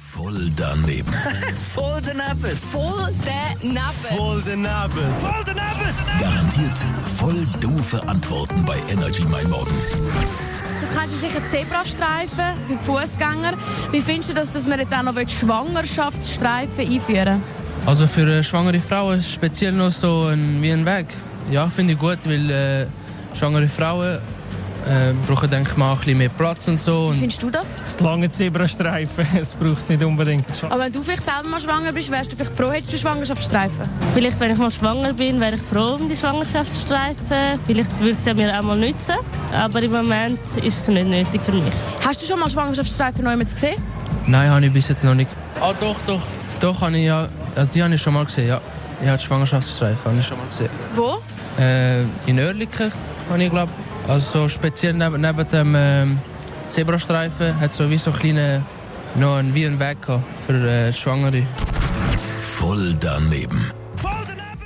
Voll daneben. Voll daneben. Voll daneben. Voll daneben. Voll daneben. Garantiert voll doofe Antworten bei Energy Mein Morgen. Das kannst du sicher Zebrastreifen für die Fußgänger. Wie findest du das, dass wir jetzt auch noch Schwangerschaftsstreifen einführen Also für eine schwangere Frauen ist speziell noch so ein, wie ein Weg. Ja, finde ich gut, weil äh, schwangere Frauen äh, brauchen, denke ich mal, ein bisschen mehr Platz und Wie so. Und findest du das? Das lange Zebrastreifen, es braucht es nicht unbedingt. Aber wenn du vielleicht selber mal schwanger bist, wärst du vielleicht froh, hättest du Schwangerschaftsstreifen. Vielleicht, wenn ich mal schwanger bin, wäre ich froh um die Schwangerschaftsstreifen. Vielleicht würde es ja mir auch mal nützen. Aber im Moment ist es nicht nötig für mich. Hast du schon mal Schwangerschaftsstreifen noch jemals gesehen? nein, habe ich bis jetzt noch nicht. Ah, doch, doch. Doch, habe ich ja. Also die habe ich schon mal gesehen, ja. Ja, die Schwangerschaftsstreifen habe ich schon mal gesehen. Wo? Äh, in Oerlikon habe ich, glaube Also so speziell neben, neben dem ähm, Zebrastreifen hat so wie so kleine, noch einen, wie einen Weg gehabt für äh, Schwangere. Voll daneben. Voll daneben.